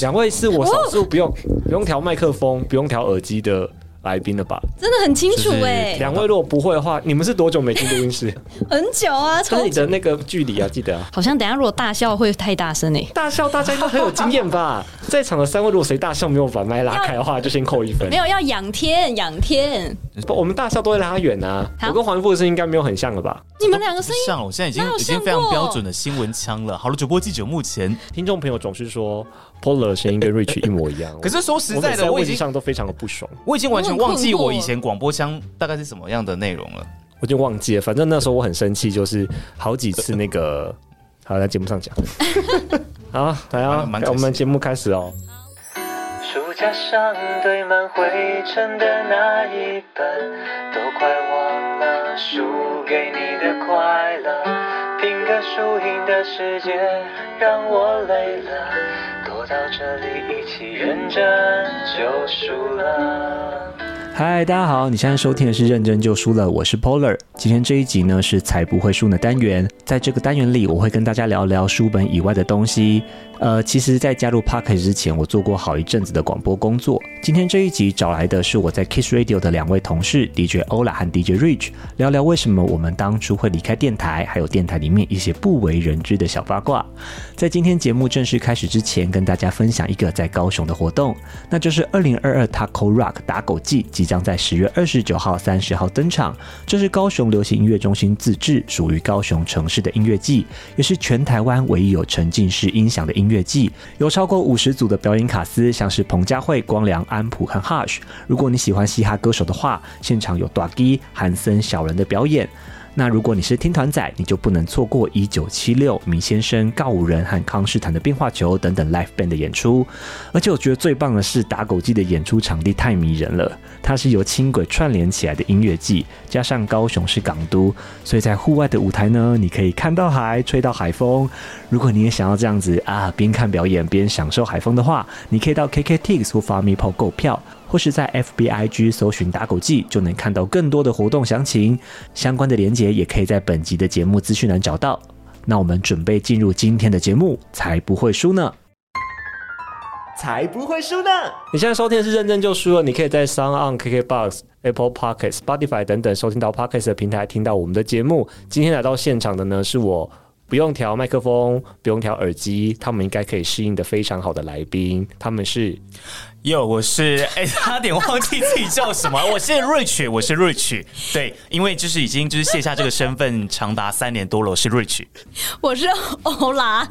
两位是我少数不用、不用调麦克风、不用调耳机的来宾了吧？真的很清楚就是哎、两位如果不会的话，你们是多久没进录音室？很久啊，但超是你的那个距离啊，记得啊。好像等一下如果大笑会太大声哎、大笑大家应该很有经验吧？在场的三位，如果谁大笑没有把麦拉开的话，就先扣一分没。有要仰天仰天，不，我们大笑都会拉远啊。好我跟黄一富的声音应该没有很像了吧？你们两个声音像了，我现在已经哪有已经像非常过标准的新闻腔了。好了，主播记者目前，哦听众朋友总是说 Polar 的声音跟 Rich 一模一 样，可是说实我每在次在的，我位已置经上都非常的不爽，我已经完全忘记我很困惑我以前广播腔大概是什么样的内容了。我就忘记了。反正那时候我很生气，就是好几次那个，好在节 目上讲。好，来啊蛮蛮，我可们惜节目开始哦。书架上堆满灰尘的那一本，都快忘了输给你的快乐。拼个输赢的世界让我累了，躲到这里一起认真就输了。嗨，大家好，你现在收听的是《认真就输了》，我是 Polar。今天这一集呢是才不会输的单元，在这个单元里，我会跟大家聊聊书本以外的东西。呃，其实，在加入 p o c k e t 之前，我做过好一阵子的广播工作。今天这一集找来的是我在 Kiss Radio 的两位同事 DJ Ola 和 DJ Rich，聊聊为什么我们当初会离开电台，还有电台里面一些不为人知的小八卦。在今天节目正式开始之前，跟大家分享一个在高雄的活动。那就是二零二二 Taco Rock 打狗季即将在十月二十九号、三十号登场。这是高雄流行音乐中心自制，属于高雄城市的音乐季，也是全台湾唯一有沉浸式音响的音乐季，有超过五十组的表演卡司，像是彭佳慧、光良、安普和 Hush。如果你喜欢嘻哈歌手的话，现场有 d a g i 韩森、小人的表演。那如果你是听团仔，你就不能错过一九七六、米先生、告五人和康斯坦的变化球等等 l i f e band 的演出。而且我觉得最棒的是打狗季的演出场地太迷人了，它是由轻轨串联起来的音乐季，加上高雄是港都，所以在户外的舞台呢，你可以看到海，吹到海风。如果你也想要这样子啊，边看表演边享受海风的话，你可以到 KKTix 或 f a m i p o 购票。或是在 FBIG 搜寻“打狗记”，就能看到更多的活动详情。相关的连结也可以在本集的节目资讯栏找到。那我们准备进入今天的节目，才不会输呢。才不会输呢！你现在收听的是《认真就输了》，你可以在 s o n On、KKBox、Apple p o c k e t Spotify 等等收听到 p o c k e t 的平台听到我们的节目。今天来到现场的呢，是我不用调麦克风、不用调耳机，他们应该可以适应的非常好的来宾。他们是 哟，我是 哎，差点忘记自己叫什么。我是 Rich，我是 Rich。对，因为就是已经就是卸下这个身份长达三年多了，我是 Rich。我是欧拉，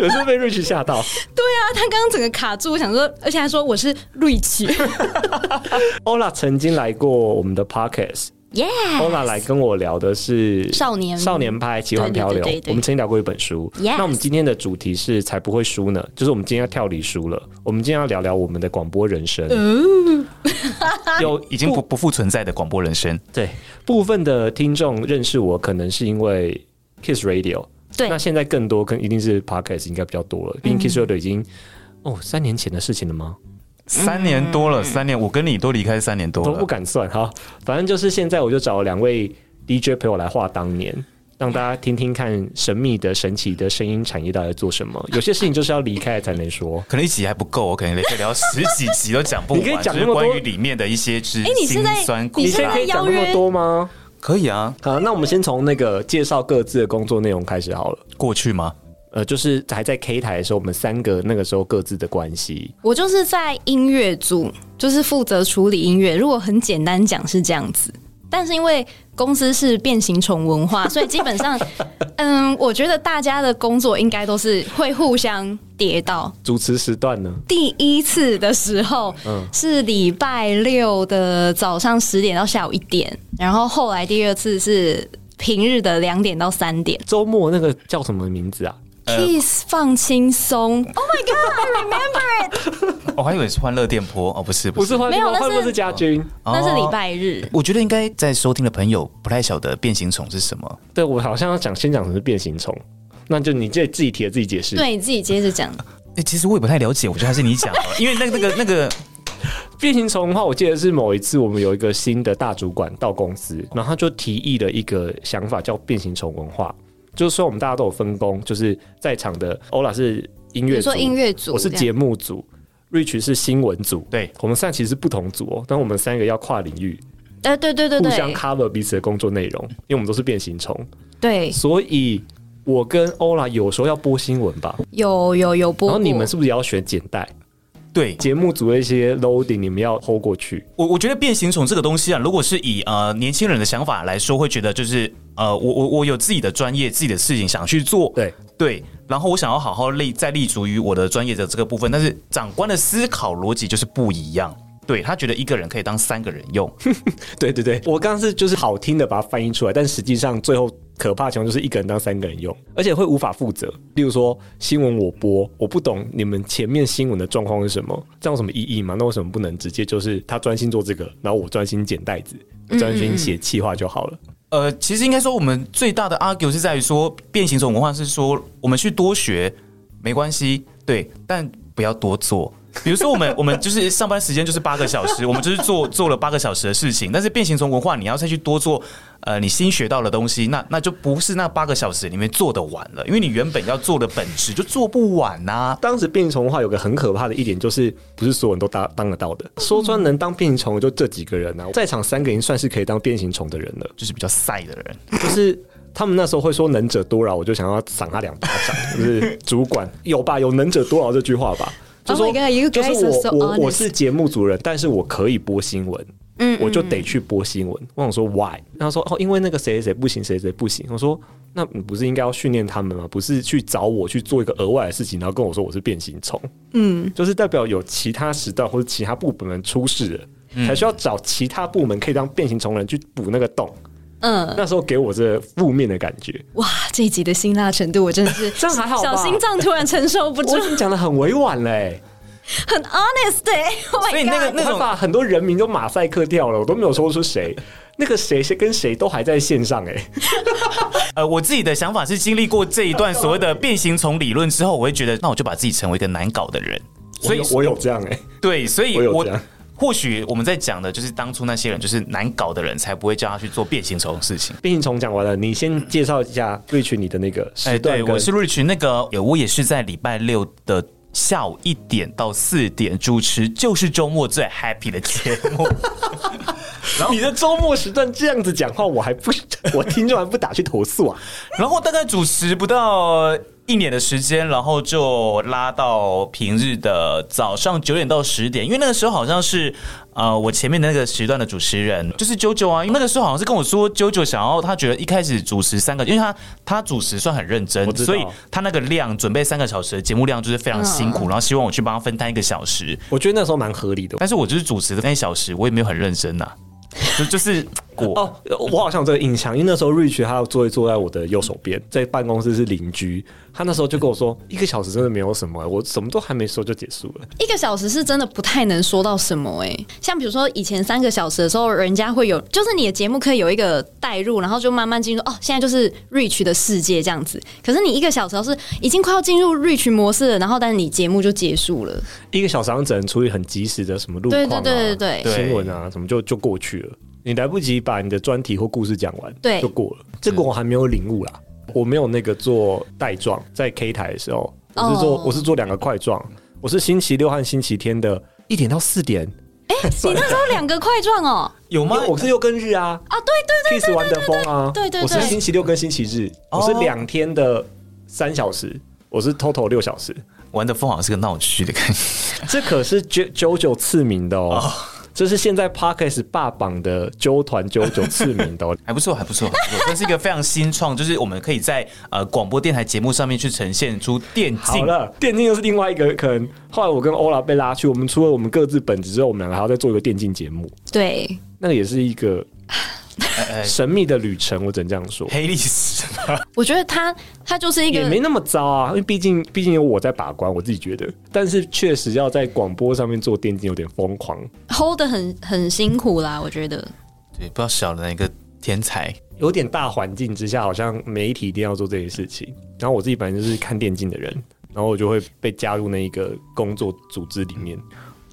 有时候被 Rich 吓到，对啊，他刚刚整个卡住，我想说，而且还说我是 Rich， Ola 曾经来过我们的 Podcast。耶 Ola 来跟我聊的是少年少年派奇幻漂流，对对对对对我们曾经聊过一本书。 Yes 那我们今天的主题是才不会输呢，就是我们今天要跳离书了。我们今天要聊聊我们的广播人生。嗯 有已经不不复存在的广播人生，对部分的听众认识我，可能是因为 Kiss Radio。对嗯那现在更多跟一定是 Podcast 应该比较多了，毕竟 Kiss Radio 已经、哦三年前的事情了吗？三年多了，三年，我跟你都离开三年多都了不。敢算哈。反正就是现在，我就找了两位 DJ 陪我来画当年，让大家听听看神秘的、神奇的声音产业到底在做什么。有些事情就是要离开了才能说。可能一集还不够，我可能可以聊十几集都讲不完，你可以讲就是那么多关于里面的一些之哎你是辛在酸苦你你是现辣在可以讲那么多吗？可以啊，好，那我们先从那个介绍各自的工作内容开始好了。过去吗？呃，就是还在 K 台的时候，我们三个那个时候各自的关系。我就是在音乐组，就是负责处理音乐。如果很简单讲是这样子，但是因为公司是变形虫文 化，所以基本上，嗯，我觉得大家的工作应该都是会互相跌到。主持时段呢？第一次的时候，嗯是礼拜六的早上十点到下午一点，然后后来第二次是平日的两点到三点。周末那个叫什么名字啊？ Kiss 放轻松，哦我哦还以为是欢乐电波哦，不是，不是欢没有那是欢乐是家军。哦那是礼拜日。我觉得应该在收听的朋友不太晓得变形虫是什么。对我好像要讲先讲什么是变形虫，那就你这自己提的自己解释。对，你自己接着讲。哎、其实我也不太了解，我觉得还是你讲好 了，因为那个那个那个，变形虫的话，我记得是某一次我们有一个新的大主管到公司，然后他就提议了一个想法，叫变形虫文化。就是说我们大家都有分工，就是在场的欧拉是。音乐你组，说音乐组我是这节样目组，Rich 是新闻组，对我们三其实是不同组哦，但我们三个要跨领域，呃，对对对互相对 cover 彼此的工作内容，因为我们都是变形虫，对，所以我跟欧拉有时候要播新闻吧，有有有播然过。后你们是不是也要选简带？对，节目组的一些 loading 你们要 hold 过去，我我觉得变形虫这个东西啊，如果是以呃年轻人的想法来说，会觉得就是呃，我我我有自己的专业、自己的事情想去做，对对，然后我想要好好立再立足于我的专业的这个部分，但是长官的思考逻辑就是不一样。对他觉得一个人可以当三个人用，对对对，我刚刚是就是好听的把它翻译出来，但实际上最后可怕的情况就是一个人当三个人用，而且会无法负责。例如说新闻我播，我不懂你们前面新闻的状况是什么，这样有什么意义吗？那为什么不能直接就是他专心做这个，然后我专心剪袋子，我专心写气话就好了？呃，其实应该说我们最大的 argue 是在于说变形虫文化是说我们去多学没关系，对，但不要多做。比如说我们我们就是上班时间就是八个小时，我们就是做做了八个小时的事情，但是变形虫文化你要再去多做，呃，你新学到的东西，那那就不是那八个小时里面做的完了，因为你原本要做的本质就做不完啊呐、当时变形虫的话有个很可怕的一点，就是不是所有人都当当得到的。说穿能当变形虫的就这几个人啊，在场三个人算是可以当变形虫的人了。就是比较晒的人。就是他们那时候会说“能者多劳”，我就想要赏他两巴掌。就是主管有吧，有“能者多劳”这句话吧。就 Oh my 说 god, you 就 guys 是 are 我 so 我我 honest 是节目主任，但是我可以播新闻，嗯我就得去播新闻。我想说 why？然后说哦，因为那个谁谁谁不行，谁谁谁不行。我说那你不是应该要训练他们吗？不是去找我去做一个额外的事情，然后跟我说我是变形虫，嗯，就是代表有其他时段或者其他部门出事了，才需要找其他部门可以当变形虫人去补那个洞。嗯，那时候给我这负面的感觉。哇，这一集的辛辣程度，我真的是 这样还好吧小心脏突然承受不住我，已经讲的很委婉嘞、很 honest 哎、o h 所 my 以 god，那个那我还把很多人名都马赛克掉了，我都没有说出谁，那个谁谁跟谁都还在线上哎、呃，我自己的想法是，经历过这一段所谓的变形虫理论之后，我会觉得，那我就把自己成为一个难搞的人。所以我有我有这样哎、对，所以我有我这样或许我们在讲的就是当初那些人，就是难搞的人才不会叫他去做变形虫的事情。变形虫讲完了，你先介绍一下瑞群你的那个时段哎对，跟、我是 Rich，那个呃我也是在礼拜六的下午一点到四点主持，就是周末最 happy 的节目。 你的周末时段这样子讲话，我还不我听众还不打去投诉啊？然后大概主持不到一年的时间，然后就拉到平日的早上九点到十点，因为那个时候好像是呃我前面的那个时段的主持人就是九九啊，因为那个时候好像是跟我说九九想要他觉得一开始主持三个，因为他他主持算很认真我，知道所以他那个量准备三个小时的节目量就是非常辛嗯苦，然后希望我去帮他分担一个小时，我觉得那时候蛮合理的但是我就是主持的那一小时，我也没有很认真呐、就就是我哦，我好像有这个印象，因为那时候 Rich 他坐一坐在我的右手边，在办公室是邻居，他那时候就跟我说，一个小时真的没有什么、我什么都还没说就结束了。一个小时是真的不太能说到什么哎、像比如说以前三个小时的时候，人家会有，就是你的节目可以有一个代入，然后就慢慢进入哦，现在就是 Rich 的世界这样子。可是你一个小时要是已经快要进入 Rich 模式了，然后但是你节目就结束了，一个小时好像只能处理很及时的什么路况、对啊、对对对对新闻啊什么就就过去了，你来不及把你的专题或故事讲完，对就过了。这个我还没有领悟啦，我没有那个做带状，在 K 台的时候，我是做、哦我是做两个块状，我是星期六和星期天的一点到四点，你那时候两个块状哦，有因为我是六跟日啊啊对对对，Kiss 对玩的风啊，对对对我是星期六跟星期日，哦我是两天的三小时。我是 total 六小时，玩的风好像是个闹区的感觉。这可是九九九次名的哦，这是现在 Parkes 霸榜的纠团九九次名的哦。还不错，还不错，还不错。这 是一个非常新创，就是我们可以在呃广播电台节目上面去呈现出电好竞。了，电竞又是另外一个可能。后来我跟欧拉被拉去，我们除了我们各自本职之后，我们两个还要再做一个电竞节目，对，那个也是一个呃神秘的旅程，我只能这样说。黑历 史，我觉得他他就是一也个没那么糟啊，因为毕竟毕竟有我在把关，我自己觉得。但是确实要在广播上面做电竞有点疯狂， hold 的很很辛苦啦，我觉得。对，不知道少了哪一个天才。有点大环境之下，好像媒体一定要做这些事情。然后我自己本来就是看电竞的人，然后我就会被加入那一个工作组织里面。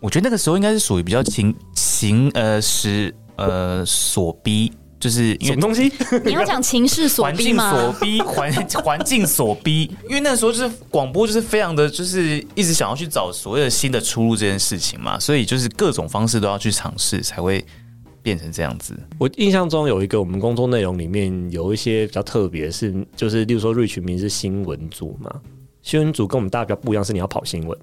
我觉得那个时候应该是属于比较情情呃是呃所逼就是因什为么东西？你要讲情势所环逼境所吗？逼， 环环境所逼，因为那时候就是广播，就是非常的，就是一直想要去找所谓的新的出路这件事情嘛，所以就是各种方式都要去尝试，才会变成这样子。 我印象中有一个我们工作内容里面有一些比较特别是，就是例如说瑞群明是新闻组嘛，新闻组跟我们大家比较不一样，是你要跑新闻，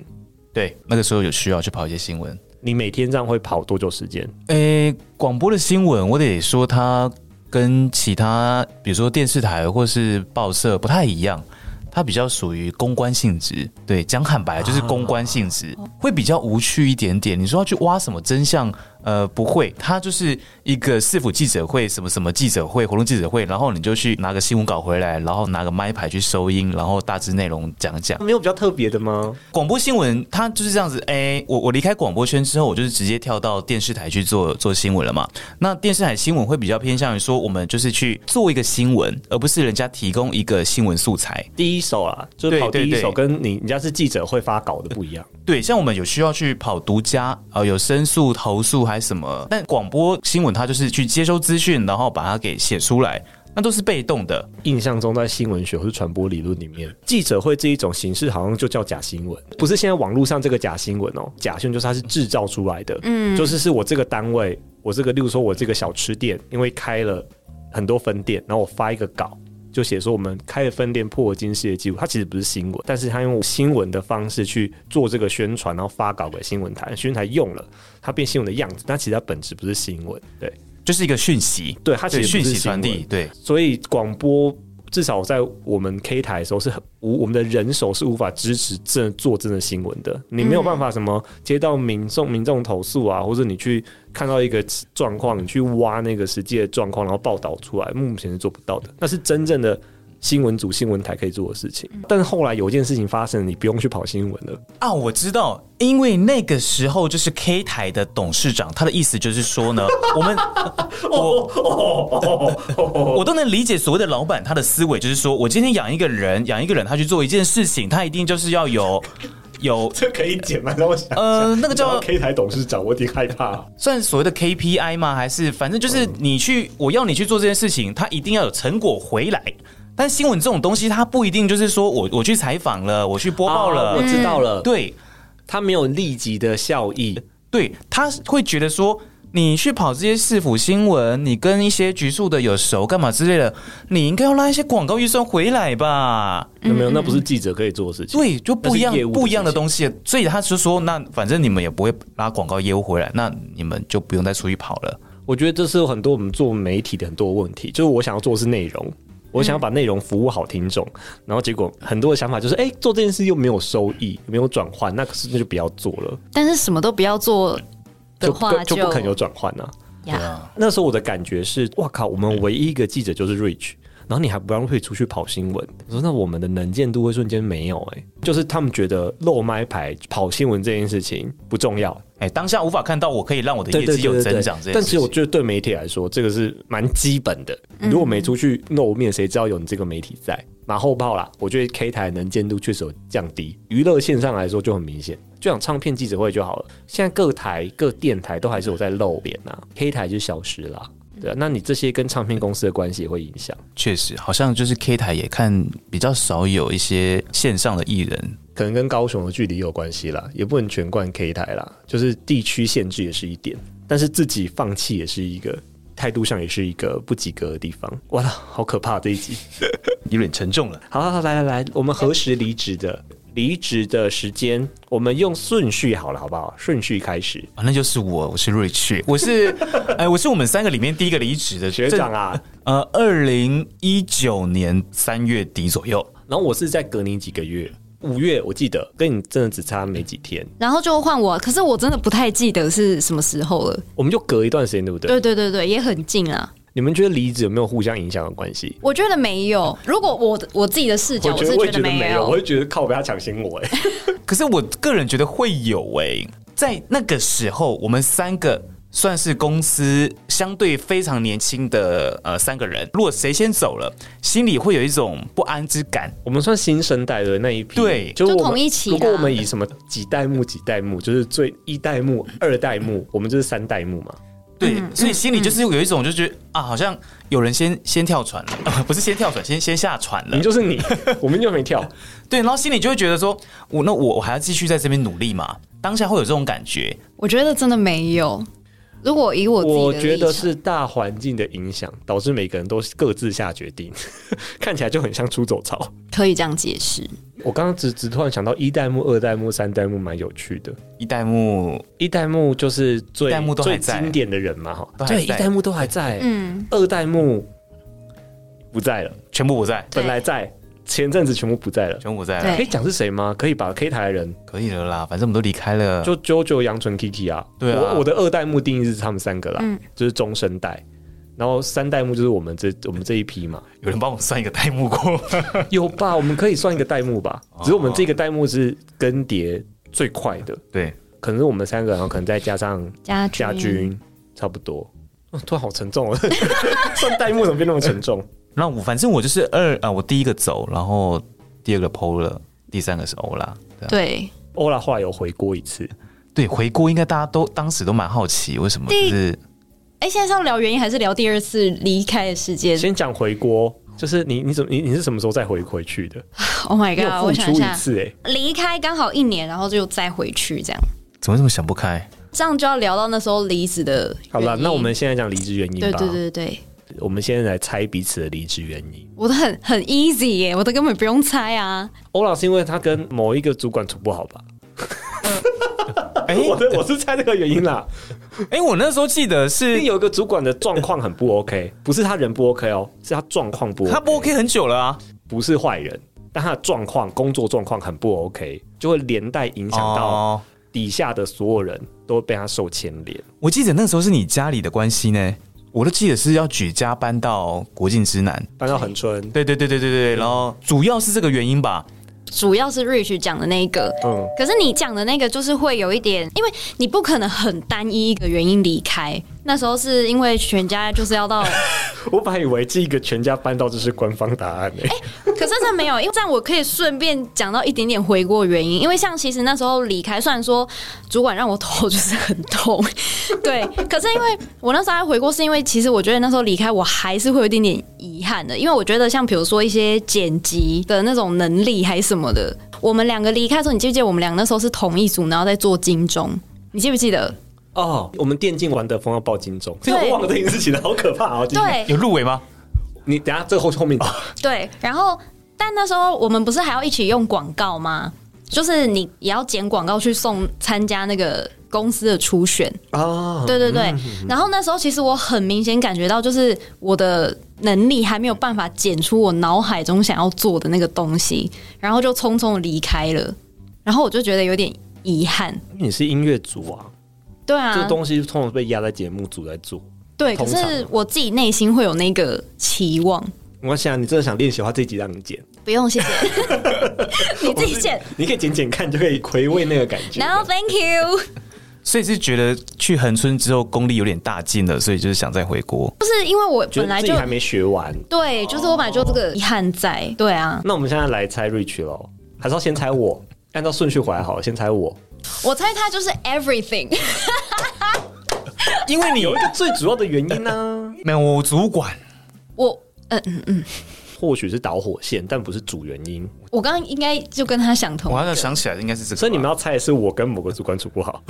对，那个时候有需要去跑一些新闻，你每天这样会跑多久时间？诶、广播的新闻，我得说它跟其他，比如说电视台或是报社不太一样，它比较属于公关性质。对，讲坦白就是公关性质，会比较无趣一点点。你说要去挖什么真相，呃，不会，它就是一个市府记者会，什么什么记者会、活动记者会，然后你就去拿个新闻稿回来，然后拿个麦牌去收音，然后大致内容讲讲。没有比较特别的吗？广播新闻它就是这样子，哎、我我离开广播圈之后，我就是直接跳到电视台去做做新闻了嘛。那电视台新闻会比较偏向于说，我们就是去做一个新闻，而不是人家提供一个新闻素材。第一手啊，就是对跑第一对对手，跟你人家是记者会发稿的不一样。对，像我们有需要去跑独家，呃，有申诉、投诉还是什么，但广播新闻它就是去接收资讯，然后把它给写出来，那都是被动的。印象中，在新闻学或是传播理论里面，记者会这一种形式好像就叫假新闻，不是现在网络上这个假新闻哦，假新闻就是它是制造出来的，嗯，就是是我这个单位，我这个，例如说我这个小吃店，因为开了很多分店，然后我发一个稿。就写说我们开的分店破了金世界纪录，它其实不是新闻，但是它用新闻的方式去做这个宣传，然后发稿给新闻台，新闻台用了，它变新闻的样子，但其实它本质不是新闻，对就是一个讯息，对，它其对实讯不是息新闻传递，对，所以广播至少在我们 K 台的时候是很无我们的人手是无法支持真的做真的新闻的，你没有办法什么嗯接到民众民众投诉啊，或者你去看到一个状况，你去挖那个实际的状况，然后报道出来，目前是做不到的。那是真正的。新闻组、新闻台可以做的事情，嗯但是后来有一件事情发生，你不用去跑新闻了。啊，我知道，因为那个时候就是 K 台的董事长，他的意思就是说 呢，我们哦我我都能理解所谓的老板他的思维，就是说我今天养一个人，养一个人他去做一件事情，他一定就是要有有这可以剪吗？让 我想呃那个叫 K 台董事长，我挺害怕、算所谓的 KPI 吗？还是反正就是嗯你去，我要你去做这件事情，它一定要有成果回来。但新闻这种东西，它不一定就是说我我去采访了，我去 播报了，啊嗯我知道了，对，它没有立即的效益。对他会觉得说，你去跑这些市府新闻，你跟一些局处的有熟干嘛之类的，你应该要拉一些广告预算回来吧？那没有，那不是记者可以做的事情。对，就不一样那是业务的不一样的事情东西。所以他是说，那反正你们也不会拉广告业务回来，那你们就不用再出去跑了。我觉得这是有很多我们做媒体的很多问题，就是我想要做的是内容，我想要把内容服务好听众，然后结果很多的想法就是，哎、做这件事又没有收益，没有转换，那可是那就不要做了，但是什么都不要做的就话不，就不肯有呀。转换啊。那时候我的感觉是，哇靠，我们唯一一个记者就是 Rich。然后你还不让 Rich 出去跑新闻，我说那我们的能见度会瞬间没有哎、就是他们觉得露麦牌跑新闻这件事情不重要，哎，当下无法看到我可以让我的对业对绩对有对增对长这件但事其实我情。觉得对媒体来说，这个是蛮基本的。如果没出去露面，谁知道有你这个媒体在？马后炮啦，我觉得 K 台能见度确实有降低。娱乐线上来说就很明显，就讲唱片记者会就好了。现在各台各电台都还是有在露脸啊，K 台就消失啦。对啊，那你这些跟唱片公司的关系也会影响，确实，好像就是 K 台也看比较少有一些线上的艺人。可能跟高雄的距离有关系啦，也不能全灌 K 台啦，就是地区限制也是一点，但是自己放弃也是一个态度上也是一个不及格的地方。哇，好可怕这一集。有点沉重了，好好好，来来来，我们何时离职的？离职的时间，我们用顺序好了，好不好？顺序开始。啊、那就是我，我是瑞去，我是， 哎，我是我们三个里面第一个离职的学正长啊，呃，二零一九年三月底左右，然后我是在隔你几个月，五月我记得跟你真的只差没几天，然后就换我，可是我真的不太记得是什么时候了。我们就隔一段时间，对不对？对对对对，也很近啊。你们觉得离职有没有互相影响的关系？我觉得没有。如果我的我自己的视角，觉是得会觉得没没有，我会觉得靠，不要抢先我哎、可是我个人觉得会有诶、在那个时候，我们三个算是公司相对非常年轻的呃三个人，如果谁先走了，心里会有一种不安之感。我们算新生代的那一批，对就我就同们一期啦如果我们 以什么几代目几代目，就是最一代目、二代目，我们就是三代目嘛。对，嗯所以心里就是有一种就觉得、啊，好像有人先先跳船了、 啊不是先跳船，先先下船了你。就是 你，我们就没跳。对，然后心里就会觉得说，我那我我还要继续在这边努力嘛？当下会有这种感觉，我觉得真的没有。如果以我自己的我觉得立场是大环境的影响，导致每个人都各自下决定， 看起来就很像出走潮。可以这样解释，我刚刚只只突然想到一代目、二代目、三代目蛮有趣的。一代目一代目就是最一代目都还最在经典的人嘛，哈都，还对，一在代目都还在，嗯，二代目不在了，全部不在，对本来在，前阵子全部不在了。全部不在了，对可以讲是谁吗？可以吧可以台人可以了啦，反正我们都离开了。就 JoJo、杨纯、Kiki 啊，对啊我我的二代目定义是他们三个啦，嗯就是中生代，然后三代目就是我们这我们这一 批嘛，有人帮我算一个代目 过，有吧？我们可以算一个代目吧，哦只是我们这个代目是更迭最快的，对，可能是我们三个，然后可能再加上家居家军，差不多。哦突然好沉重哦， 算代目怎么变那么沉重？那我反正我就是二啊，我第一个走，然后第二个剖了，第三个是欧啦。对啊对，欧拉后来有回锅一次，嗯对，回锅应该大家都当时都蛮好奇，为什么第就是哎、现在是要聊原因，还是聊第二次离开的世界先讲回锅，就是你你怎么你你是什么时候再回回去的？ ？Oh my 你有 god！付我想出一一下，次哎、离开刚好一年，然后就再回去，这样，怎么这么想不开？这样就要聊到那时候离职的。好了，那我们现在讲离职原因吧。对对对对，我们现在来猜彼此的离职原因。我的很很 easy 耶、我的根本不用猜啊。欧老师因为他跟某一个主管处不好吧？ 哎、 我的我是猜这个原因啦，哎、我那时候记得因是为有一个主管的状况很不 OK，不是他人不 OK 哦，是他状况不 OK，他不 OK 很久了啊，不是坏人，但他的状况工作状况很不 OK，就会连带影响到哦底下的所有人都被他受牵连。我记得那时候是你家里的关系呢，我都记得是要举家搬到国境之南。搬到恒春，对对对对对对，然后主要是这个原因吧。主要是 Rich 讲的那一个，嗯，可是你讲的那个就是会有一点，因为你不可能很单一一个原因离开。那时候是因为全家就是要到， 我本来以为这个全家搬到这是官方答案欸呢、可是这没有，因为这样我可以顺便讲到一点点回过原因。因为像其实那时候离开，虽然说主管让我头就是很痛，对， 可是因为我那时候还回过，是因为其实我觉得那时候离开我还是会有一点点遗憾的，因为我觉得像比如说一些剪辑的那种能力还是什么的，我们两个离开的时候，你记不记得我们俩那时候是同一组，然后在做金钟，你记不记得？哦，我们电竞玩的风要报金钟，对这个我忘了这件事情了，好可怕哦！今天，对，有入围吗？你等一下这个后后面讲对，然后但那时候我们不是还要一起用广告吗？就是你也要剪广告去送参加那个公司的初选，哦，对对对。然后那时候其实我很明显感觉到，就是我的能力还没有办法剪出我脑海中想要做的那个东西，然后就匆匆地离开了。然后我就觉得有点遗憾，因为你是音乐组啊，对这个啊，东西通常被压在节目组来做。对。可通常是我自己内心会有那个期望，我想你真的想练习的话，这一集让你剪，不用谢谢，你自己剪。你可以剪剪看，就可以回味那个感觉。 No, thank you. 所以是觉得去恒春之后功力有点大进了，所以就是想再回国。不是因为我觉本得来自己就还没哦学完，对，就是我本来就这个遗憾在。对啊，那我们现在来猜 Rich 喽，还是要先猜我？按照顺序回来好了，先猜我，我猜他就是 everything， 因为你有一个最主要的原因啊呢、没有，我主管我。嗯嗯嗯， 或许是导火线，但不是主原因。我刚刚应该就跟他想哦通我，还要想起来应该是这个吧，所以你们要猜的是我跟某个主管处不好，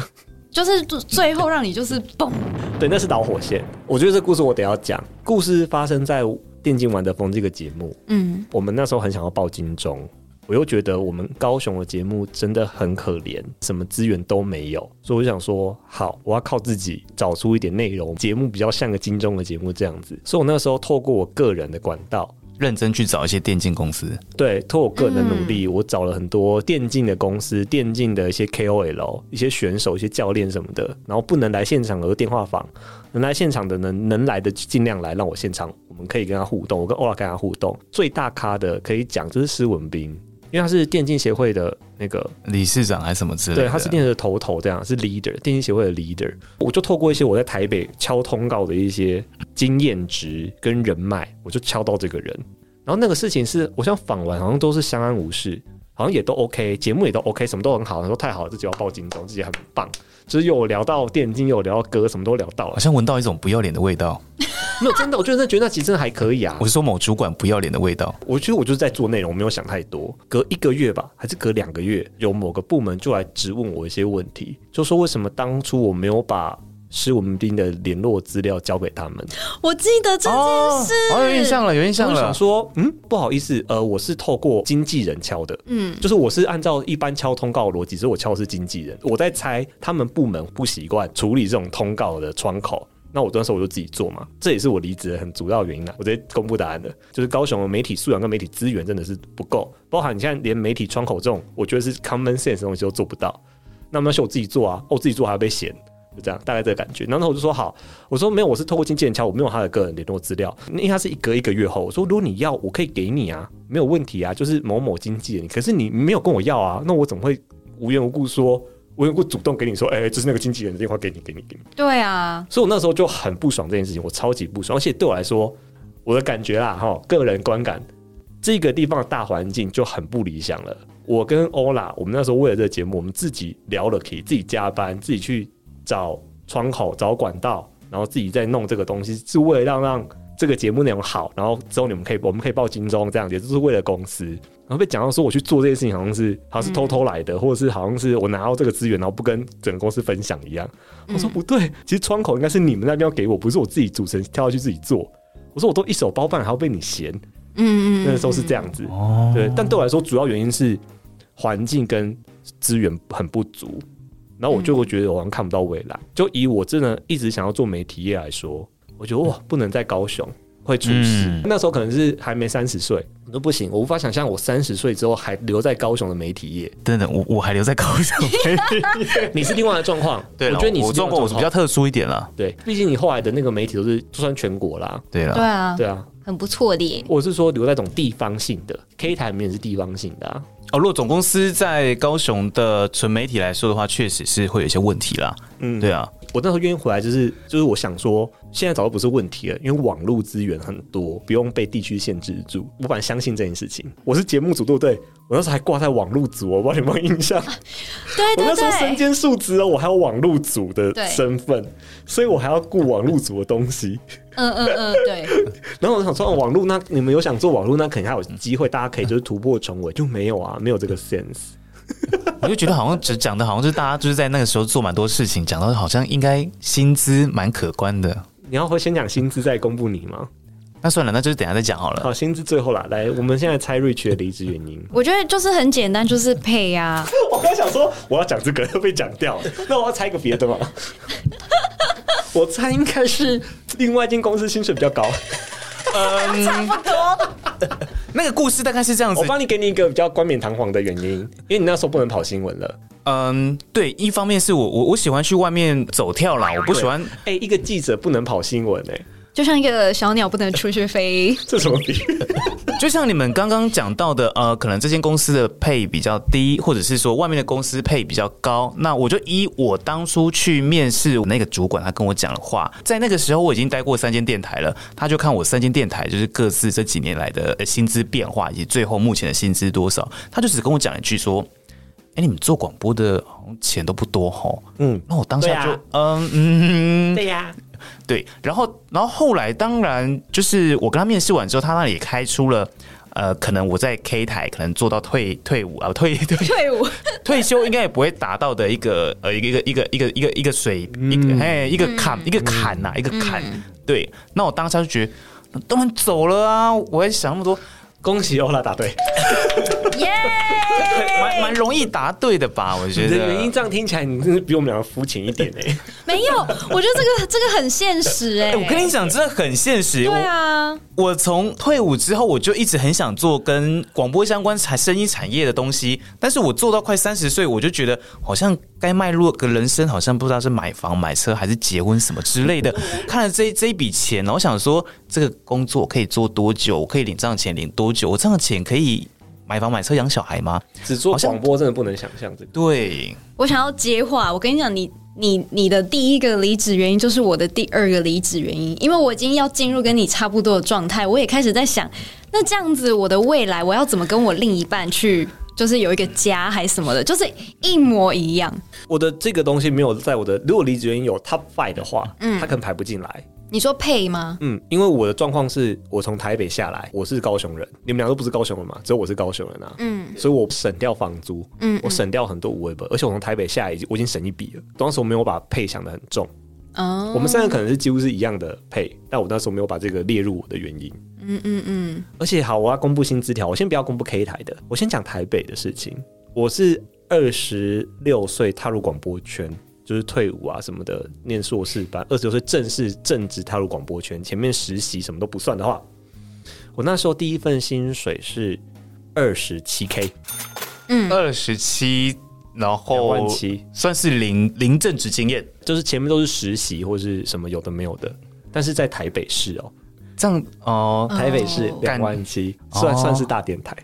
就是最最后让你就是蹦，对，那是导火线。我觉得这故事我得要讲，故事发生在《电竞玩的风》这个节目，嗯，我们那时候很想要报金钟，我又觉得我们高雄的节目真的很可怜，什么资源都没有，所以我就想说，好，我要靠自己找出一点内容，节目比较像个金钟的节目这样子。所以我那时候透过我个人的管道，认真去找一些电竞公司。对，透过我个人的努力，我找了很多电竞的公司、电竞的一些 KOL、一些选手、一些教练什么的，然后不能来现场的电话访，能来现场的能能来的尽量来，让我现场我们可以跟他互动，我跟欧拉跟他互动。最大咖的可以讲就是施文斌，因为他是电竞协会的那个理事长还是什么之类的，对，他是电视的头头，这样是 leader，电竞协会的 leader。我就透过一些我在台北敲通告的一些经验值跟人脉，我就敲到这个人。然后那个事情是，我想访完好像都是相安无事，好好像也都 OK，节目也都 OK，什么都很好。他说太好了，自己要报金钟，自己很棒。就是有聊到电竞，有聊到歌，什么都聊到好了。 像闻到一种不要脸的味道。没有真的，我真的觉得那集真的还可以啊我。是说某主管不要脸的味道。我觉得我就是在做内容，我没有想太多。隔一个月吧，还是隔两个月，有某个部门就来质问我一些问题，就说为什么当初我没有把施文斌的联络资料交给他们。 我记得这件事，哦，有印象了，有印象我想了。说，嗯，不好意思，呃，我是透过经纪人敲的，嗯，就是我是按照一般敲通告的逻辑，所以我敲的是经纪人。我在猜他们部门不习惯处理这种通告的窗口。那我那时候我就自己做嘛，这也是我离职的很主要原因啦。啊我直接公布答案的，就是高雄的媒体素养跟媒体资源真的是不够，包含你现在连媒体窗口这种，我觉得是 common sense 的东西都做不到。那么是我自己做啊，我自己做还要被嫌，就这样，大概这个感觉。然后我就说好，我说没有，我是透过经纪人敲，我没有他的个人联络资料，因为他是一隔一个月后。我说如果你要，我可以给你啊，没有问题啊，就是某某经纪人。可是你没有跟我要啊，那我怎么会无缘无故说，无缘无故主动给你说，哎、就是那个经纪人的电话给你，给你，给你。对啊，所以我那时候就很不爽这件事情，我超级不爽，而且对我来说，我的感觉啦，哈，个人观感，这个地方的大环境就很不理想了。我跟欧拉，我们那时候为了这个节目，我们自己聊了，可以自己加班，自己去找窗口、找管道，然后自己再弄这个东西，是为了让让这个节目内容好，然后之后你们可以，我们可以报金钟这样，也就是为了公司。然后被讲到说我去做这件事情，好像是好像是偷偷来的，或者是好像是我拿到这个资源，然后不跟整个公司分享一样。我说不对，其实窗口应该是你们那边要给我，不是我自己主持人跳下去自己做。我说我都一手包办，还要被你嫌，嗯嗯，那时候是这样子。对，但对我来说，主要原因是环境跟资源很不足，然后我就会觉得我好像看不到未来。就以我真的一直想要做媒体业来说，我觉得哇，不能在高雄会出事。嗯那时候可能是还没三十岁，我说不行，我无法想象我三十岁之后还留在高雄的媒体业。等等，我我还留在高雄。 你是另外的状况， 对我了，觉得你是我另状外的况我是比较特殊一点了。对，毕竟你后来的那个媒体都是就算全国啦，对对了，啊，对啊，很不错的耶。我是说留在这种地方性的 K 台里面也是地方性的、啊，哦，如果总公司在高雄的纯媒体来说的话，确实是会有一些问题啦。嗯对啊，我那时候愿意回来，就是就是我想说，现在早就不是问题了，因为网络资源很多，不用被地区限制住。我反而相信这件事情。我是节目组，对不对？我那时候还挂在网络组，我不知道你有没有印象。对我啊对那时候身对，兼数职哦，我还有网络组的对身份，所以我还要顾网络组的东西。嗯嗯嗯，对，然后我想说，哦网络那你们有想做网络，那肯定还有机会，大家可以就是突破重围，就没有啊，没有这个 sense。我就觉得好像只讲的，好像就是大家就是在那个时候做蛮多事情，讲到好像应该薪资蛮可观的。你要会先讲薪资再公布你吗？那算了，那就是等一下再讲好了。好，薪资最后啦，来，我们现在猜 Rich 的离职原因。我觉得就是很简单，就是配啊呀、 我刚想说我要讲这个又被讲掉了，那我要猜一个别 的嘛。我猜应该是另外一间公司薪水比较 高，那个故事大概是这样子我，帮你给你一个比较冠冕堂皇的原因，因为你那时候不能跑新闻了。嗯，对，一方面是我我我喜欢去外面走跳啦，我不喜欢哎、一个记者不能跑新闻哎、就像一个小鸟不能出去 飞，这什么比喻？就像你们刚刚讲到的，呃，可能这间公司的配比较低，或者是说外面的公司配比较高。那我就依我当初去面试那个主管，他跟我讲的话，在那个时候我已经待过三间电台了，他就看我三间电台就是各自这几年来的呃薪资变化以及最后目前的薪资多少，他就只跟我讲一句说。哎、你们做广播的好像钱都不多吼，嗯嗯，那我当下就、对啊嗯嗯，对呀、对，然后然后后来当然就是我跟他面试完之后，他那里也开出了。呃，可能我在 K 台可能做到退退伍啊，退退 退伍，退休应该也不会达到的一个呃一个一个一个一个一个一个水一个哎一个嗯坎一个坎呐、一个坎。对，那我当下就觉得，那当然走了啊，我还想那么多，恭喜欧拉答对。耶、蛮蛮容易答对的吧？我觉你得的原因这样听起来，你真是比我们两个肤浅一点哎、没有，我觉得这个这个很现实哎、哎我跟你讲，真的很现实。对我啊，我从退伍之后，我就一直很想做跟广播相关产声音产业的东西，但是我做到快三十岁，我就觉得好像该迈入个人生，好像不知道是买房、买车还是结婚什么之类的。看了这这一笔钱，然后想说这个工作可以做多久？我可以领这样的钱领多久？我这样的钱可以买房、买车、养小孩吗？ 只做好像广播真的不能想象这个。对，我想要接话。我跟你讲，你你你的第一个离职原因就是我的第二个离职原因，因为我已经要进入跟你差不多的状态，我也开始在想，那这样子我的未来我要怎么跟我另一半去就是有一个家还是什么的，就是一模一样。我的这个东西没有在我的，如果离职原因有 top five 的话，嗯，他可能排不进来，你说配吗？嗯，因为我的状况是我从台北下来，我是高雄人，你们俩都不是高雄人嘛，只有我是高雄人啊，嗯，所以我省掉房租，嗯嗯我省掉很多无为本，而且我从台北下来已经我已经省一笔了，当时我没有把配想的很重，哦，我们三个可能是几乎是一样的配，但我那时候没有把这个列入我的原因。嗯嗯嗯，而且好，我要公布新资条，我先不要公布 K 台的，我先讲台北的事情。我是二十六岁踏入广播圈，就是退伍啊什么的，念硕士班，二十六岁正式正职踏入广播圈，前面实习什么都不算的话，我那时候第一份薪水是二十七 K，二十七，然两万后七，算是零零正职经验，就是前面都是实习或是什么有的没有的，但是在台北市哦、这样哦。台北市两干万七，算哦算是大电台。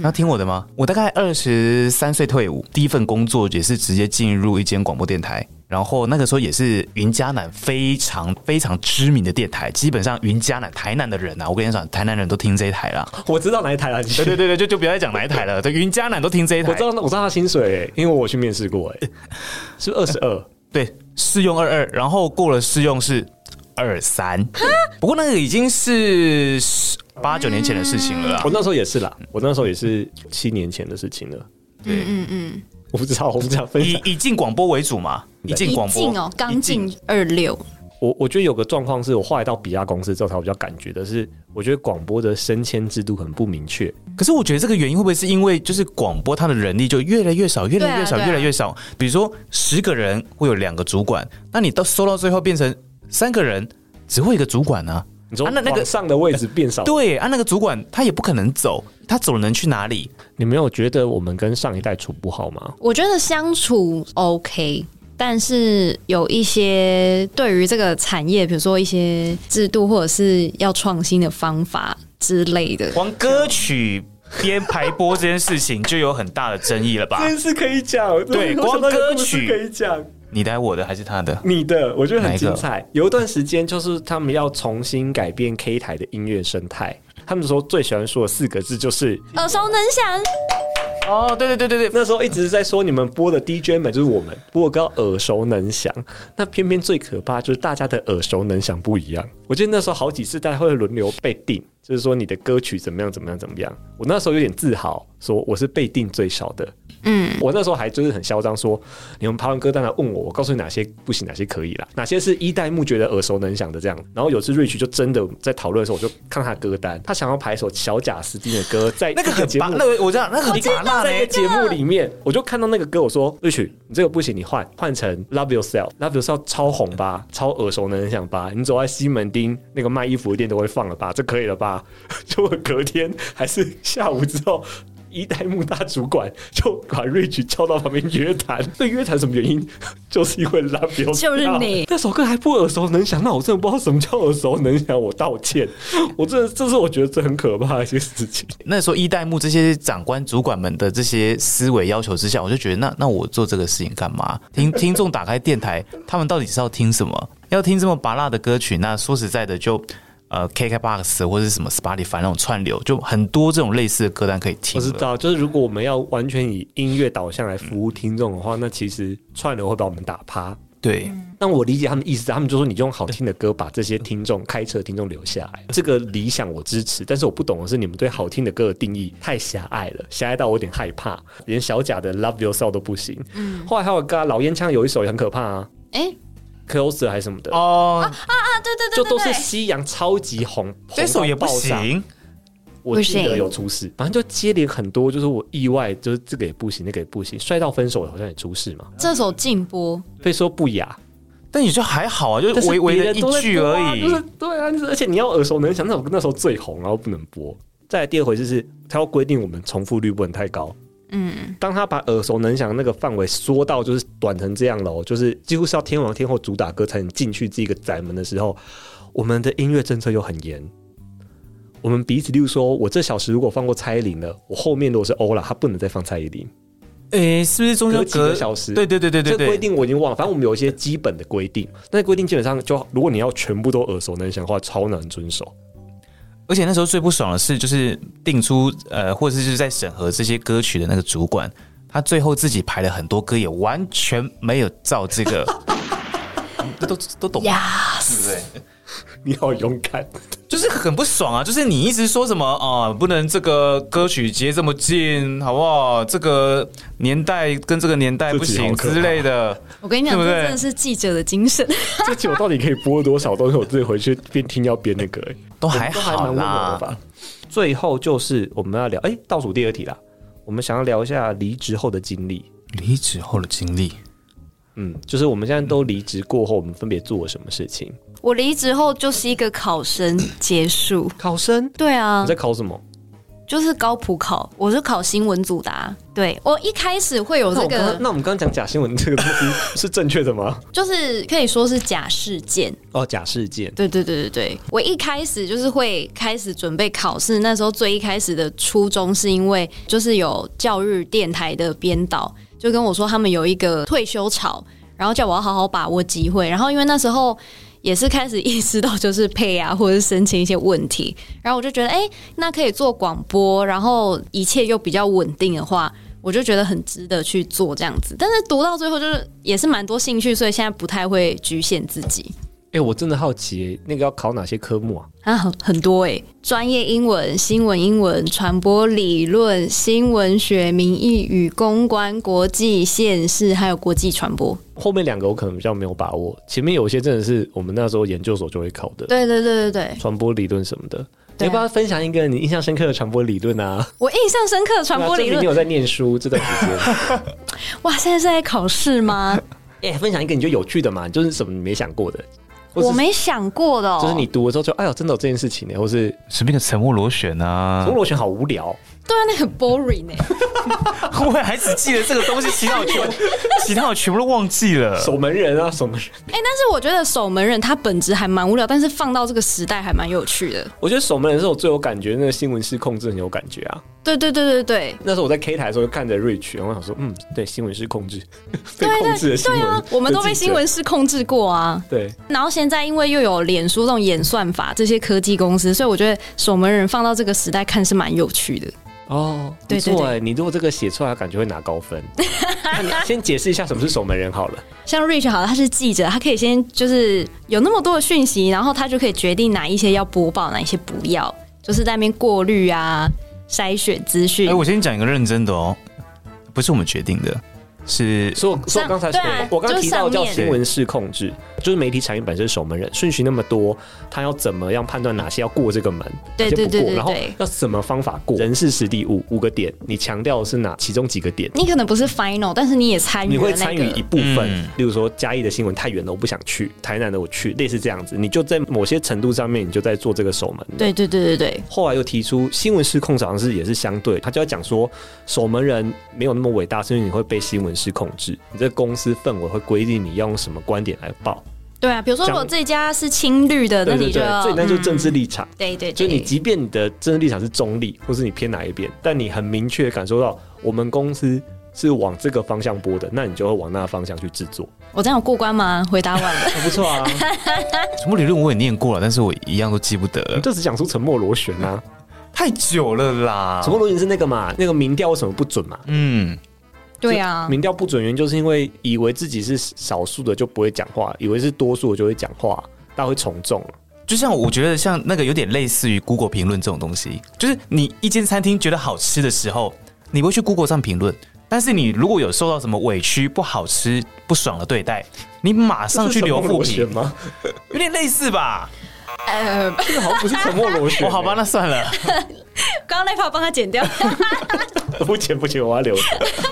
那听我的吗？我大概二十三岁退伍，第一份工作也是直接进入一间广播电台，然后那个时候也是云嘉南非常非常知名的电台，基本上云嘉南台南的人啊，我跟你讲，台南人都听这一台啦。我知道哪一台了，你 对对对对，就就不要再讲哪一台了， 对，云嘉南都听这一台。我知道，我知道他薪水、欸，因为我去面试过、欸，是不是二十 二？对，试用二二，然后过了试用是二三，不过那个已经是八九年前的事情了啦我。那时候也是啦，我那时候也是七年前的事情了。对，我不知道，我不想分以享。以进广播为主嘛，以进一广播进哦，刚一进二六，我我觉得有个状况是我后来到比亚公司之后才比较感觉的是，我觉得广播的升迁制度很不明确。可是我觉得这个原因会不会是因为就是广播它的人力就越来越少，越来越少，对啊对啊越来越少？比如说十个人会有两个主管，那你到收到最后变成三个人，只会一个主管啊。你说啊那那个往上的位置变 少，对啊，那个主管他也不可能走，他走了能去哪里？你没有觉得我们跟上一代处不好吗？我觉得相处 OK，但是有一些对于这个产业，比如说一些制度或者是要创新的方法之类的，光歌曲编排播这件事情就有很大的争议了吧？是可以讲，对光歌曲可以讲。你的、我的还是他的？你的我觉得很哪一个精彩。有一段时间就是他们要重新改变 K 台的音乐生态，他们说最喜欢说的四个字就是，耳熟能详。哦，对对对对对，那时候一直在说你们播的 DJ 们就是我们播的歌耳熟能详，那偏偏最可怕就是大家的耳熟能详不一样。我记得那时候好几次大家会轮流被定，就是说你的歌曲怎么样怎么样怎么样。我那时候有点自豪，说我是被定最少的。嗯，我那时候还就是很嚣张，说你们排完歌单来问我，我告诉你哪些不行，哪些可以啦，哪些是一代目觉得耳熟能详的这样。然后有次瑞奇就真的在讨论的时候，我就看他歌单，他想要排一首小贾斯汀的歌，在那个很节拔，目那个我知道，那个很拔辣在一个嘞。节目里面，我就看到那个歌，我说瑞曲，你这个不行，你换换成 Love Yourself，Love Yourself 超红吧，超耳熟能详吧，你走在西门町那个卖衣服的店都会放了吧，这可以了吧？ 就我隔天还是下午之后。一代目大主管就把瑞曲叫到旁边约谈，那约谈什么原因？ 就是因为 Love Yourself，就是你那首歌还不耳熟能详，那我真的不知道什么叫耳熟能详，我道歉，我真的这是我觉得这很可怕的一些事情。那时候一代目这些长官主管们的这些思维要求之下，我就觉得那那我做这个事情干嘛？听听众打开电台，他们到底是要听什么？要听这么拔辣的歌曲？那说实在的就，呃 KKBOX 或者是什么 Spotify 那种串流，就很多这种类似的歌单可以听我了。知道，就是如果我们要完全以音乐导向来嗯服务听众的话，那其实串流会把我们打趴。对，但我理解他们意思，他们就说你用好听的歌把这些听众开车的听众留下来，这个理想我支持。但是我不懂的是，你们对好听的歌的定义太狭隘了，狭隘到我有点害怕，连小贾的《Love Yourself》都不行。嗯，后来还有个啊老烟枪有一首也很可怕啊哎、 ，Closer 还是什么的，哦，啊，对对就对对都是对，西洋超级红，这首也不红到爆炸行。我记不得行有出事，反正就接连很多，就是我意外，就是这个也不行，那个也不行，摔到分手好像也出事嘛，这首禁播，被说不雅，但也就还好啊，就但是是微微别的人一都在句播啊而已。就是对啊，就是而且你要耳熟能详，那首歌那时候最红，然后不能播。再来第二回就是他要规定我们重复率不能太高，嗯，当他把耳熟能详的那个范围缩到就是短成这样喽，就是几乎是要天王天后主打歌才能进去这个宅门的时候，我们的音乐政策又很严。我们彼此，例如说，我这小时如果放过蔡依林了，我后面如果是欧啦，他不能再放蔡依林。诶，是不是中隔间几个小时对对对对对这规对，定我已经忘了，反正我们有一些基本的规定，那规定基本上就如果你要全部都耳熟能详的话，超难遵守。 而且那时候最不爽的是，就是定出呃，或者是就是在审核这些歌曲的那个主管，他最后自己排了很多歌，也完全没有照这 个，都都都懂吧，呀，对不对？你好勇敢，就是很不爽啊！就是你一直说什么啊、不能这个歌曲接这么近，好不好？这个年代跟这个年代不行这集好可怕之类的。我跟你讲，对这不对真的是记者的精神。这集我到底可以播多少东西？我自己回去边听要边那个、欸，都还都还好蛮温柔啦的，吧。最后就是我们要聊，哎、倒数第二题啦，我们想要聊一下离职后的经历。离职后的经历，嗯，就是我们现在都离职过后，我们分别做了什么事情？我离职后就是一个考生结束。考生，对啊你在，考什么？就是高普考，我是考新闻组的、啊。对我一开始会有那这我刚刚个，那我们刚刚讲假新闻这个东西 是正确的吗？就是可以说是假事件。哦，假事件。对对对对对，我一开始就是会开始准备考试。那时候最一开始的初衷是因为就是有教育电台的编导就跟我说他们有一个退休潮，然后叫我要好好把握机会。然后因为那时候也是开始意识到就是配啊或者是申请一些问题，然后我就觉得哎、诶那可以做广播，然后一切又比较稳定的话。我就觉得很值得去做这样子，但是读到最后就是也是蛮多兴趣，所以现在不太会局限自己。哎、我真的好奇，那个要考哪些科目啊？啊，很很多诶、专业英文、新闻英文、传播理论、新闻学、民意与公关、国际现事，还有国际传播。后面两个我可能比较没有把握，前面有一些真的是我们那时候研究所就会考的，对对对对对，传播理论什么的。对啊你要不要分享一个你印象深刻的传播理论啊？ 我印象深刻的传播理对啊证明你论，有在念书这段时间。 哇，现在是在考试吗？哎、分享一个你觉得有趣的嘛，就是什么你没想过的，或 是我没想过的、哦，就是你读了之后就哎呦，真的有这件事情呢，或是什么一个沉默螺旋啊中？螺旋好无聊，对啊，那很 boring 诶、我还只记得这个东西，其他我全 部其他我全部都忘记了。守门人啊，守门人。 哎、但是我觉得守门人他本质还蛮无聊，但是放到这个时代还蛮有趣的。我觉得守门人是我最有感觉，那个新闻室控制很有感觉啊。对对对对对，那时候我在 K 台的时候就看着 Rich，然后我想说，嗯，对，新闻室控制， 被对控制对的新闻对啊，我们都被的记者新闻室控制过啊。对。然后现在因为又有脸书这种演算法，这些科技公司，所以我觉得守门人放到这个时代看是蛮有趣的。哦，不对对错哎，你如果这个写出来，感觉会拿高分。那 你先解释一下什么是守门人好了。像 Rich 好了，他是记者，他可以先就是有那么多的讯息，然后他就可以决定哪一些要播报，哪一些不要，就是在那边过滤啊、筛选资讯。哎、我先讲一个认真的哦，不是我们决定的，是所以我，所以我刚才对啊我刚刚提到就是上叫面新闻室控制，就是媒体产业本身是守门人，顺序那么多，他要怎么样判断哪些要过这个门，哪对些对不对过，对然后对要什么方法过？人事实地五五个点，你强调的是哪其中几个点？你可能不是 final，但是你也参与你了会那参与一个。部分，嗯例如说嘉义的新闻太远了，我不想去；台南的我去，类似这样子，你就在某些程度上面，你就在做这个守门人。对对对对对，后来又提出新闻失控，好像是也是相对，他就要讲说，守门人没有那么伟大，是因为你会被新闻室控制，你这公司氛围会规定你要用什么观点来报。对啊，比如说如果讲这家是青绿的，那对你对就对，要所以那就是政治嗯立场。对对就对，你即便你的政治立场是中立，或是你偏哪一边，但你很明确地感受到我们公司是往这个方向播的，那你就会往那个方向去制作。我这样有过关吗？回答完 了。很不错啊，什么理论我也念过了，但是我一样都记不得你了，就只讲出沉默螺旋啊，太久了啦沉。默螺旋是那个嘛，那个民调为什么不准嘛？嗯，对啊，民调不准原因就是因为以为自己是少数的就不会讲话，以为是多数的就会讲话，大家会从众。就像我觉得像那个有点类似于 Google 评论这种东西，就是你一间餐厅觉得好吃的时候，你会去 Google 上评论。但是你如果有受到什么委屈、不好吃、不爽的对待，你马上去留沉默负螺旋评，吗？有点类似吧？ 呃，这个好像不是沉默螺旋、哦， 好吧，，那算了。刚刚那一趴帮他剪 掉。不剪不剪，我要留。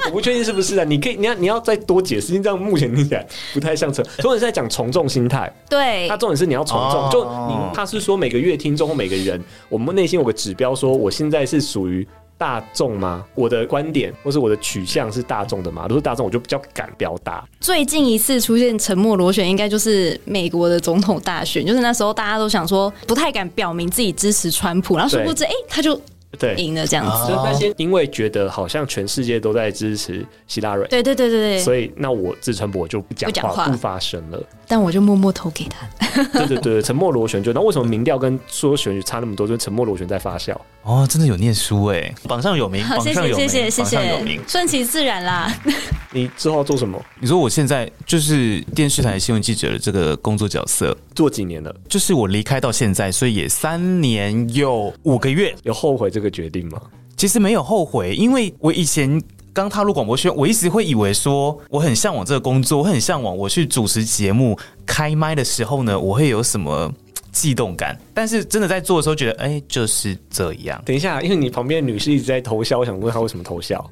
我不确定是不是啊？你可以，你要你要再多解释，因为这样目前听起来不太像沉。所以是在讲从众心态，对他，重点是你要从众，哦就你他是说每个月听众或每个人，我们内心有个指标，说我现在是属于。大众吗？我的观点或是我的取向是大众的吗？如果是大众，我就比较敢表达。最近一次出现沉默螺旋，应该就是美国的总统大选，就是那时候大家都想说不太敢表明自己支持川普，然后殊不知，哎、他就对，赢了这样子。啊就是那些因为觉得好像全世界都在支持希拉蕊，对对对对对，所以那我自称我就不讲不讲话，话不发声了。但我就默默投给他。对对对，沉默螺旋就那为什么民调跟说选举差那么多？就是沉默螺旋在发酵。哦，真的有念书哎，榜上有名，好，榜啊谢上谢有名，谢谢谢榜上有名谢，。顺其自然啦。 你之后要做什么？你说我现在就是电视台新闻记者的这个工作角色，做几年了？就是我离开到现在，所以也三年又五个月。有后悔这个决定吗？其实没有后悔，因为我以前刚踏入广播圈，我一直会以为说我很向往这个工作，我很向往我去主持节目，开麦的时候呢，我会有什么悸动感。但是真的在做的时候，觉得哎、就是这样。等一下，因为你旁边的女士一直在偷笑，我想问她为什么偷 笑？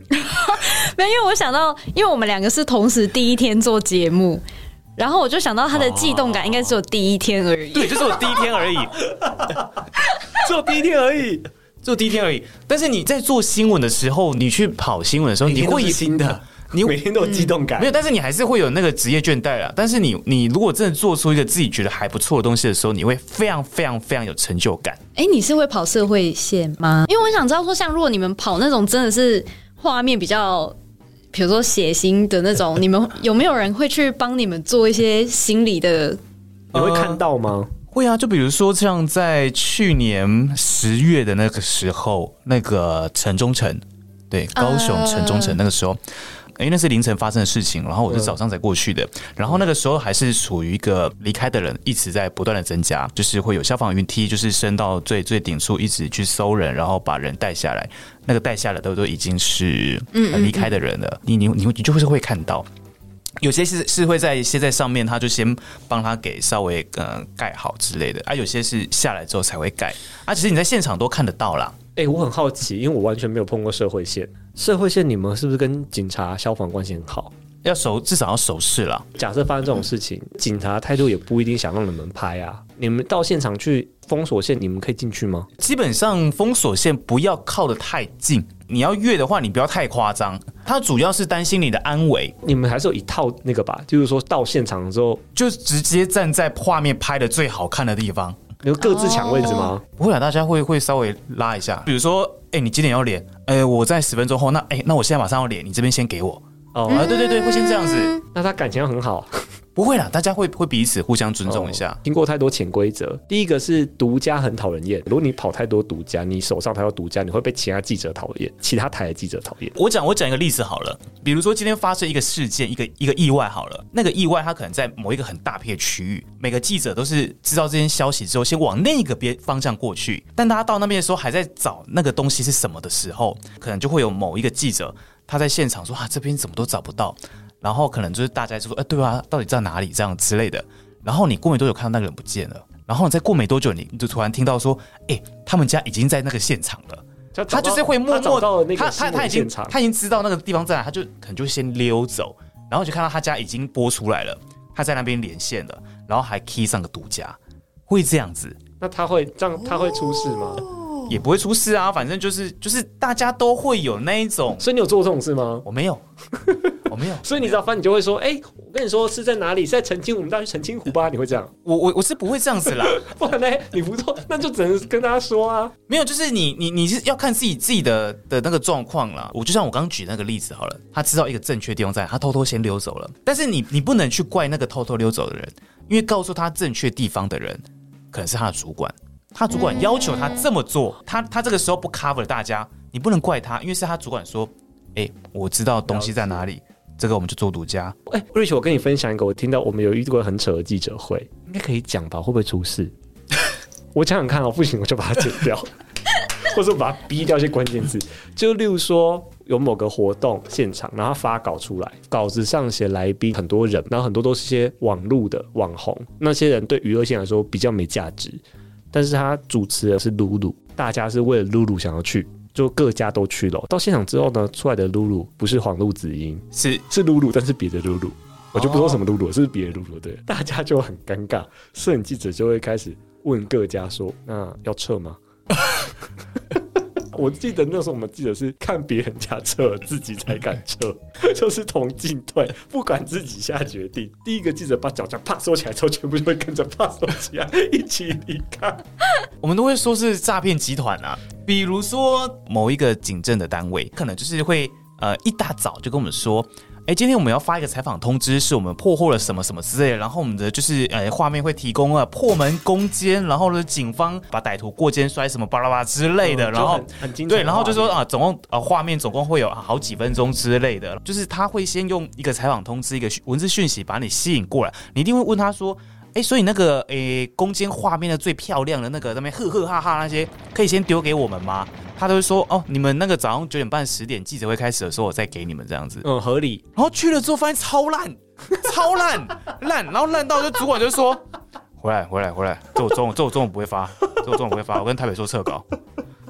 没有，因为我想到，因为我们两个是同时第一天做节目，然后我就想到哦他的悸动感应该只有第一天而已。对，就是我第一天而已，只有第一天而已，就第一天而已。但是你在做新闻的时候，你去跑新闻的时候，你会有新的，你每天都有激动感。没有，但是你还是会有那个职业倦怠啊。但是你你如果真的做出一个自己觉得还不错的东西的时候，你会非常非常非常有成就感。哎、你是会跑社会线吗？因为我想知道说，像如果你们跑那种真的是画面比较，比如说血腥的那种，你们有没有人会去帮你们做一些心理的？你会看到吗？会啊，就比如说像在去年十月的那个时候，那个城中城，对，高雄城中城那个时候。因为那是凌晨发生的事情，然后我是早上才过去的，然后那个时候还是处于一个离开的人一直在不断的增加，就是会有消防云梯，就是升到最最顶处，一直去搜人，然后把人带下来，那个带下来的都已经是呃离开的人了，你你你会你就是会看到，有些是是会在先在上面，他就先帮他给稍微呃盖好之类的啊，有些是下来之后才会盖啊。其实你在现场都看得到啦，哎、我很好奇，因为我完全没有碰过社会线。社会线你们是不是跟警察、消防关系很好？要手至少要手势啦。假设发生这种事情，警察态度也不一定想让你们拍啊。你们到现场去封锁线，你们可以进去吗？基本上封锁线不要靠得太近，你要越的话，你不要太夸张。他主要是担心你的安危，你们还是有一套那个吧，就是说到现场之后，就直接站在画面拍的最好看的地方。你们各自抢位置吗？不会啦，大家会会稍微拉一下，比如说，哎、你几点要脸？呃，我在十分钟后，那哎、那我现在马上要脸，你这边先给我。哦啊，对对对，会先这样子。那他感情很好，哦不会啦，大家会会彼此互相尊重一下。听过太多潜规则。第一个是独家很讨人厌，如果你跑太多独家，你手上太多独家，你会被其他记者讨厌，其他台的记者讨厌。我讲我讲一个例子好了，比如说今天发生一个事件，一个一个意外好了，那个意外它可能在某一个很大片的区域，每个记者都是知道这件消息之后，先往那个边方向过去，但大家到那边的时候还在找那个东西是什么的时候，可能就会有某一个记者他在现场说啊这边怎么都找不到，然后可能就是大家就说哎、对啊，到底在哪里这样之类的，然后你过没多久看到那个人不见了，然后你再过没多久你你就突然听到说哎、他们家已经在那个现场了。他他就是会默他找默到了那他他个新他已闻经现场，他已经知道那个地方在哪，他就可能就先溜走，然后就看到他家已经播出来了，他在那边连线了，然后还 key 上个独家，会这样子那他会这样，他会出事吗？也不会出事啊，反正就是就是大家都会有那一种，所以你有做过这种事吗？我没有， 我没有， 所以你知道，反正你就会说，哎、我跟你说是在哪里，是在澄清湖，我们到去澄清湖吧。你会这样，我我我是不会这样子啦，不然呢，你不做，那就只能跟大家说啊。没有，就是你你你是要看自己自己的的那个状况啦。我就像我刚举那个例子好了，他知道一个正确地方在哪，他偷偷先溜走了。但是你你不能去怪那个偷偷溜走的人，因为告诉他正确地方的人可能是他的主管，他主管要求他这么做，他他这个时候不 cover 大家，你不能怪他，因为是他主管说，哎、我知道东西在哪里，这个我们就做独家。哎、瑞雪，我跟你分享一个，我听到我们有遇过很扯的记者会，应该可以讲吧？会不会出事？ 我想想看哦，不行我就把它剪掉， 或者我把它逼掉一些关键字。就例如说，有某个活动现场，然后发稿出来，稿子上写来宾很多人，然后很多都是一些网路的网红，那些人对娱乐性来说比较没价值，但是他主持的是露露，大家是为了露露想要去。就各家都去了，到现场之后呢，出来的露露不是黄露子英，是是露露，但是别的露露，我就不说什么露露，是别的露露。对，大家就很尴尬，摄影记者就会开始问各家说：“那要撤吗？” 我记得那时候我们记得是看别人家撤，自己才敢撤， 就是同进退，不敢自己下决定。第一个记者把脚架啪收起来之后，全部就会跟着啪收起来，一起离开。我们都会说是诈骗集团啊。比如说某一个警政的单位，可能就是会呃一大早就跟我们说。哎，今天我们要发一个采访通知，是我们破获了什么什么之类的，然后我们的就是呃画面会提供啊破门攻坚，然后呢警方把歹徒过肩摔什么巴拉巴拉之类的，嗯然后就很很精彩对，的然后就说画面啊总共呃画面总共会有啊好几分钟之类的，就是他会先用一个采访通知一个讯文字讯息把你吸引过来，你一定会问他说。哎，所以那个诶，攻坚画面的最漂亮的那个，那边呵呵哈哈那些，可以先丢给我们吗？他都会说哦，你们那个早上九点半十点记者会开始的时候，我再给你们这样子。嗯，合理。然后去了之后发现超烂， 超烂烂，然后烂到就主管就说：“回来回来回来，这我中午这我中午不会发，这我中午不会发，我跟台北说撤稿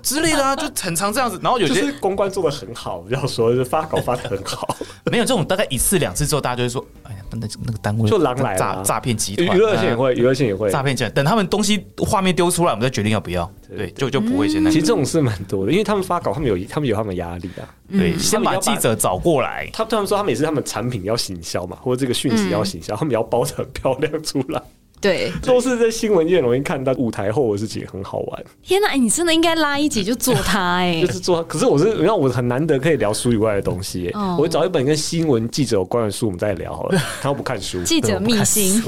之类的啊，就很常这样子。”然后有就些是公关做的很好，要说就是发稿发的很好，没有这种，大概一次两次之后，大家就会说：“哎呀，那那个单位就狼来了诈啊诈骗集娱团，乐线也会，娱乐线也会。诈骗集团。”等他们东西画面丢出来，我们再决定要不要。对，就就不会先那个。其实这种事蛮多的，因为他们发稿，他们有他们有他们的压力啊。对，先把记者找过来。他他们说他们也是他们产品要行销嘛，或者这个讯息要行销，他们也要包的很漂亮出来。对， 都是在新闻界容易看到舞台后的事情，很好玩。天哪、哎你真的应该拉一集就做他哎、就是做，可是我是，你看我很难得可以聊书以外的东西耶、哦我找一本跟新闻记者有关的书，我们再聊好 了。他又不看书，嗯记者秘辛，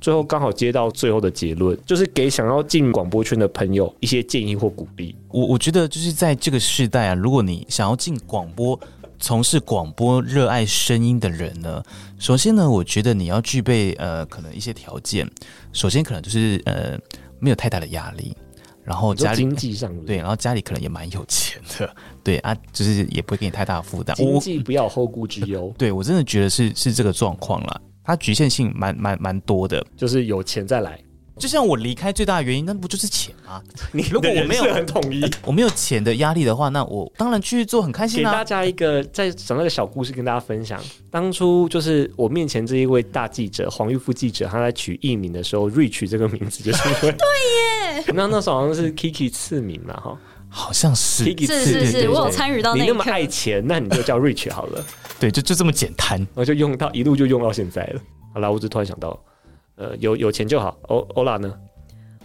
最后刚好接到最后的结论，就是给想要进广播圈的朋友一些建议或鼓励。我我觉得就是在这个时代啊，如果你想要进广播，从事广播、热爱声音的人呢，首先呢，我觉得你要具备呃，可能一些条件。首先，可能就是呃，没有太大的压力，然后就家里经济上的对，，然后家里可能也蛮有钱的，对啊，就是也不会给你太大的负担。经我济不要有后顾之 忧，对我真的觉得是是这个状况啦，它局限性蛮蛮蛮多的。就是有钱再来。就像我离开最大的原因，那不就是钱吗？你如果我没有的人设很统一，我没有钱的压力的话，那我当然去做很开 给心啊大。家一个再讲那个小故事跟大家分享。当初就是我面前这一位大记者黄玉富记者，他在取艺名的时候，Rich 这个名字就是因为对耶。 那那时候好像是 Kiki 次名嘛哈好像是，Kiki 是次是名是，我有参与到你那一那么刻，爱钱，那你就叫 Rich 好了，然对，就就这么简单。后就用到一路就用到现在了。好啦，我只突然想到，呃，有有钱就好。欧欧拉呢？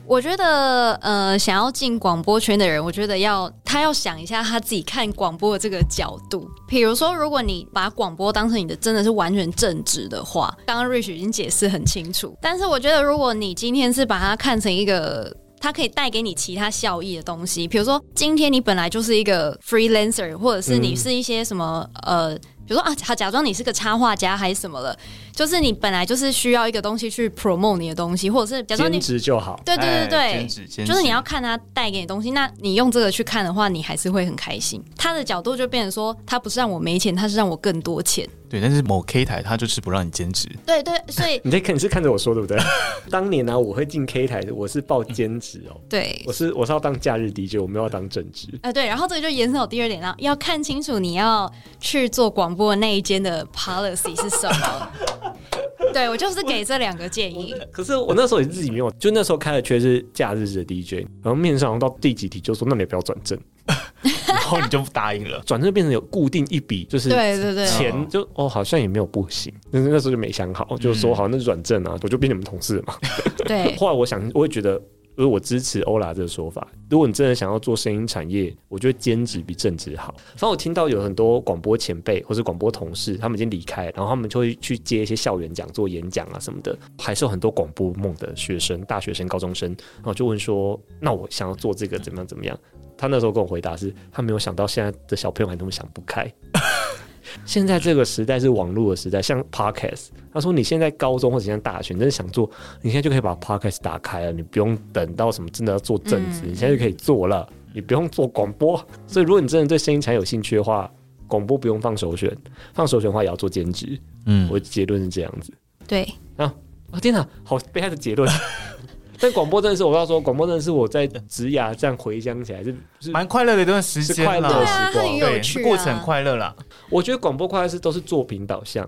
我觉得，呃，想要进广播圈的人，我觉得要他要想一下他自己看广播的这个角度。比如说，如果你把广播当成你的真的是完全正职的话，刚刚 Rich 已经解释很清楚。但是我觉得，如果你今天是把它看成一个。它可以带给你其他效益的东西，比如说今天你本来就是一个 freelancer，或者是你是一些什么、呃，比如说啊，他假装你是个插画家还是什么了，就是你本来就是需要一个东西去 promote 你的东西，或者是假装你兼职就好。对对哎对兼职对，兼职就是你要看他带给你东西，那你用这个去看的话，你还是会很开心。他的角度就变成说，他不是让我没钱，他是让我更多钱。对，但是某 K 台它就是不让你兼职，对对，所以你在看，你是看着我说对不 对？当年呢、啊我会进 K 台的，我是报兼职哦， 对我，是我是要当假日 DJ，我没有要当正职。呃对，然后这个就延伸到第二点啦，要看清楚你要去做广播那一间的 policy 是什 么。对我就是给这两个建议，可是我那时候也自己没有，就那时候开的缺是假日的 DJ，然后面上到第几题就说那你不要转正，。然后你就不答应了 转正变成有固定一笔，就是对对对。钱就哦好像也没有不行，但是那时候就没想好，就说好那转正啊，我就变你们同事了嘛。对， 后来我想，我也觉得。因为我支持欧拉这个说法，如果你真的想要做声音产业，我觉得兼职比正职好。反正我听到有很多广播前辈或是广播同事，他们已经离开，然后他们就会去接一些校园讲座、演讲啊什么的，还是有很多广播梦的学生、大学生、高中生，然后就问说：“那我想要做这个怎么样怎么样？”他那时候跟我回答是，他没有想到现在的小朋友还那么想不开。 现在这个时代是网络的时代，像 podcast，他说你现在高中或者现在大学，你真的想做，你现在就可以把 podcast 打开了，你不用等到什么真的要做正职，嗯你现在就可以做了，你不用做广播。所以如果你真的对声音产业有兴趣的话，广播不用放首选，放首选的话也要做兼职。嗯，我结论是这样子。对，啊、天哪，好悲哀的结论。 但广播真的是，我要说，广播真的是我在职涯这样回想起来是是蛮快乐的一段时是间快乐啦的对时啊光。很有对，趣啊过程很快乐啦。我觉得广播快乐是都是作品导向，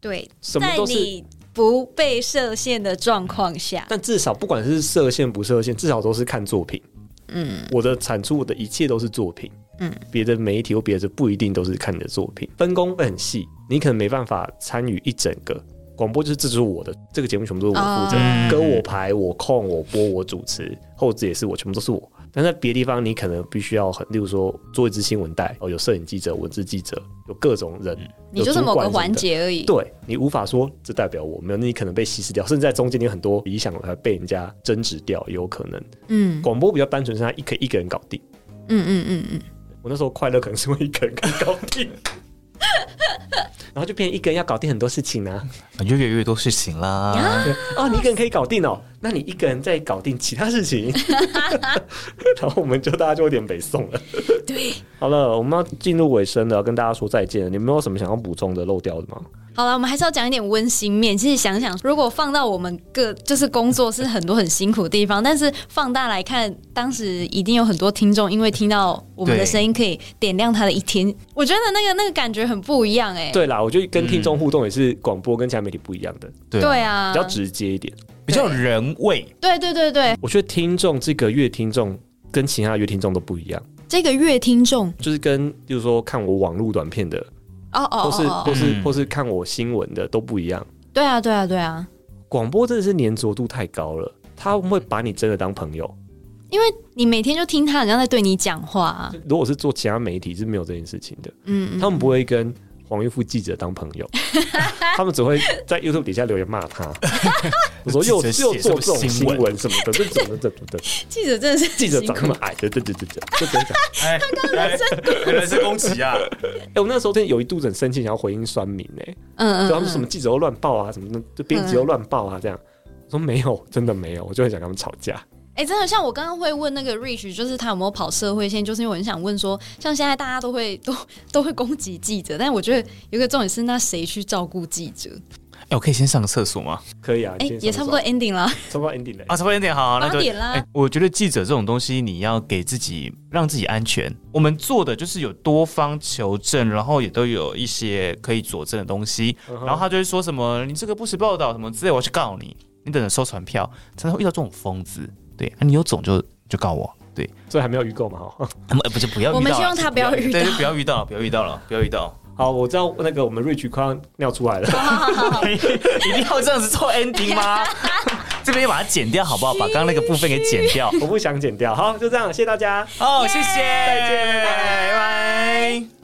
对，什么在都是。你不被设限的状况下，但至少不管是设限不设限，至少都是看作品。嗯，我的产出，我的一切都是作品。嗯，别的媒体或别的不一定都是看你的作品，分工会很细，你可能没办法参与一整个。广播就是这就是我的这个节目全部都是我负责，哦歌我排我控我播我主持，后置也是我，全部都是我。但在别的地方，你可能必须要很，例如说做一支新闻带，哦，有摄影记者、文字记者，有各种人，你就是有主某管个什么的环节而已。对你无法说这代表我没有，那你可能被稀释掉，甚至在中间你有很多理想还被人家争执掉，有可能。嗯广播比较单纯，是他一可以一个人搞定。嗯嗯嗯嗯，我那时候快乐可能是因为一个人可以搞 定，然后就变成一个人要搞定很多事情 啊。越来越多事情啊啦。对哦，你一个人可以搞定哦，那你一个人在搞定其他事 情，然后我们就大家就有点北宋了。对。好了，我们要进入尾声了，要跟大家说再见了。你们有什么想要补充的、漏掉的吗？好了，我们还是要讲一点温馨面。其实想想，如果放到我们各就是工作是很多很辛苦的地方，但是放大来看，当时一定有很多听众因为听到我们的对声音，可以点亮他的一天。我觉得那个那个感觉很不一样哎、对啦，我觉得跟听众互动也是广播跟其他媒体不一样的，对对啊比，较直接一点。比较有人 味。对对对对，我觉得听众这个月听众跟其他的月听众都不一样，这个月听众就是跟比如说看我网络短片的，哦哦或哦是哦或哦，是嗯或是看我新闻的都不一样。对啊对啊对啊，广播真的是粘着度太高了，他会把你真的当朋友。因为你每天就听他好像在对你讲话、啊，如果是做其他媒体是没有这件事情的，嗯嗯，他们不会跟黄玉富记者当朋友， 他们只会在 YouTube 底下留言骂 他，我说又记者写又什做么这种新新闻闻什么的，这怎么这怎么的，记者真的是记者很长那辛么苦矮的，对对对对，这真的。哎，人身攻击 啊！哎、我那时候真的有一度子很生气，想要回应酸民哎、嗯嗯，对他们嗯说什么记者都乱报啊，什么的，就编辑都乱报啊，这样。我说没有，真的没有，我就很想跟他们吵架。哎、真的像我刚刚会问那个 Rich，就是他有没有跑社会线，就是因为我很想问说，像现在大家都会 都都会攻击记者，但是我觉得有一个重点是，那谁去照顾记者？哎，我可以先上个厕所吗？可以啊，哎、今天也差不多上 ending 了。手，差不多 ending 了、欸啊，差不多一点好，那就八点啦哎我觉得记者这种东西，你要给自己让自己安全。我们做的就是有多方求证，然后也都有一些可以佐证的东西。然后他就会说什么你这个不实报道什么之类，我要去告你，你等着收传票，才会遇到这种疯子。对，啊、你有种就就告我。对，所以还没有预购嘛哈。他们、哎不就不要遇到了，我们希望他不要遇到对，就不要遇到，不要遇到了，不要遇到，好，我知道那个我们瑞菊快要尿出来了。 一定要这样子做 ending 吗？这边把它剪掉好不好？把刚刚那个部分给剪掉。我不想剪掉。好，就这样，谢谢大家。哦，谢谢，再见拜拜。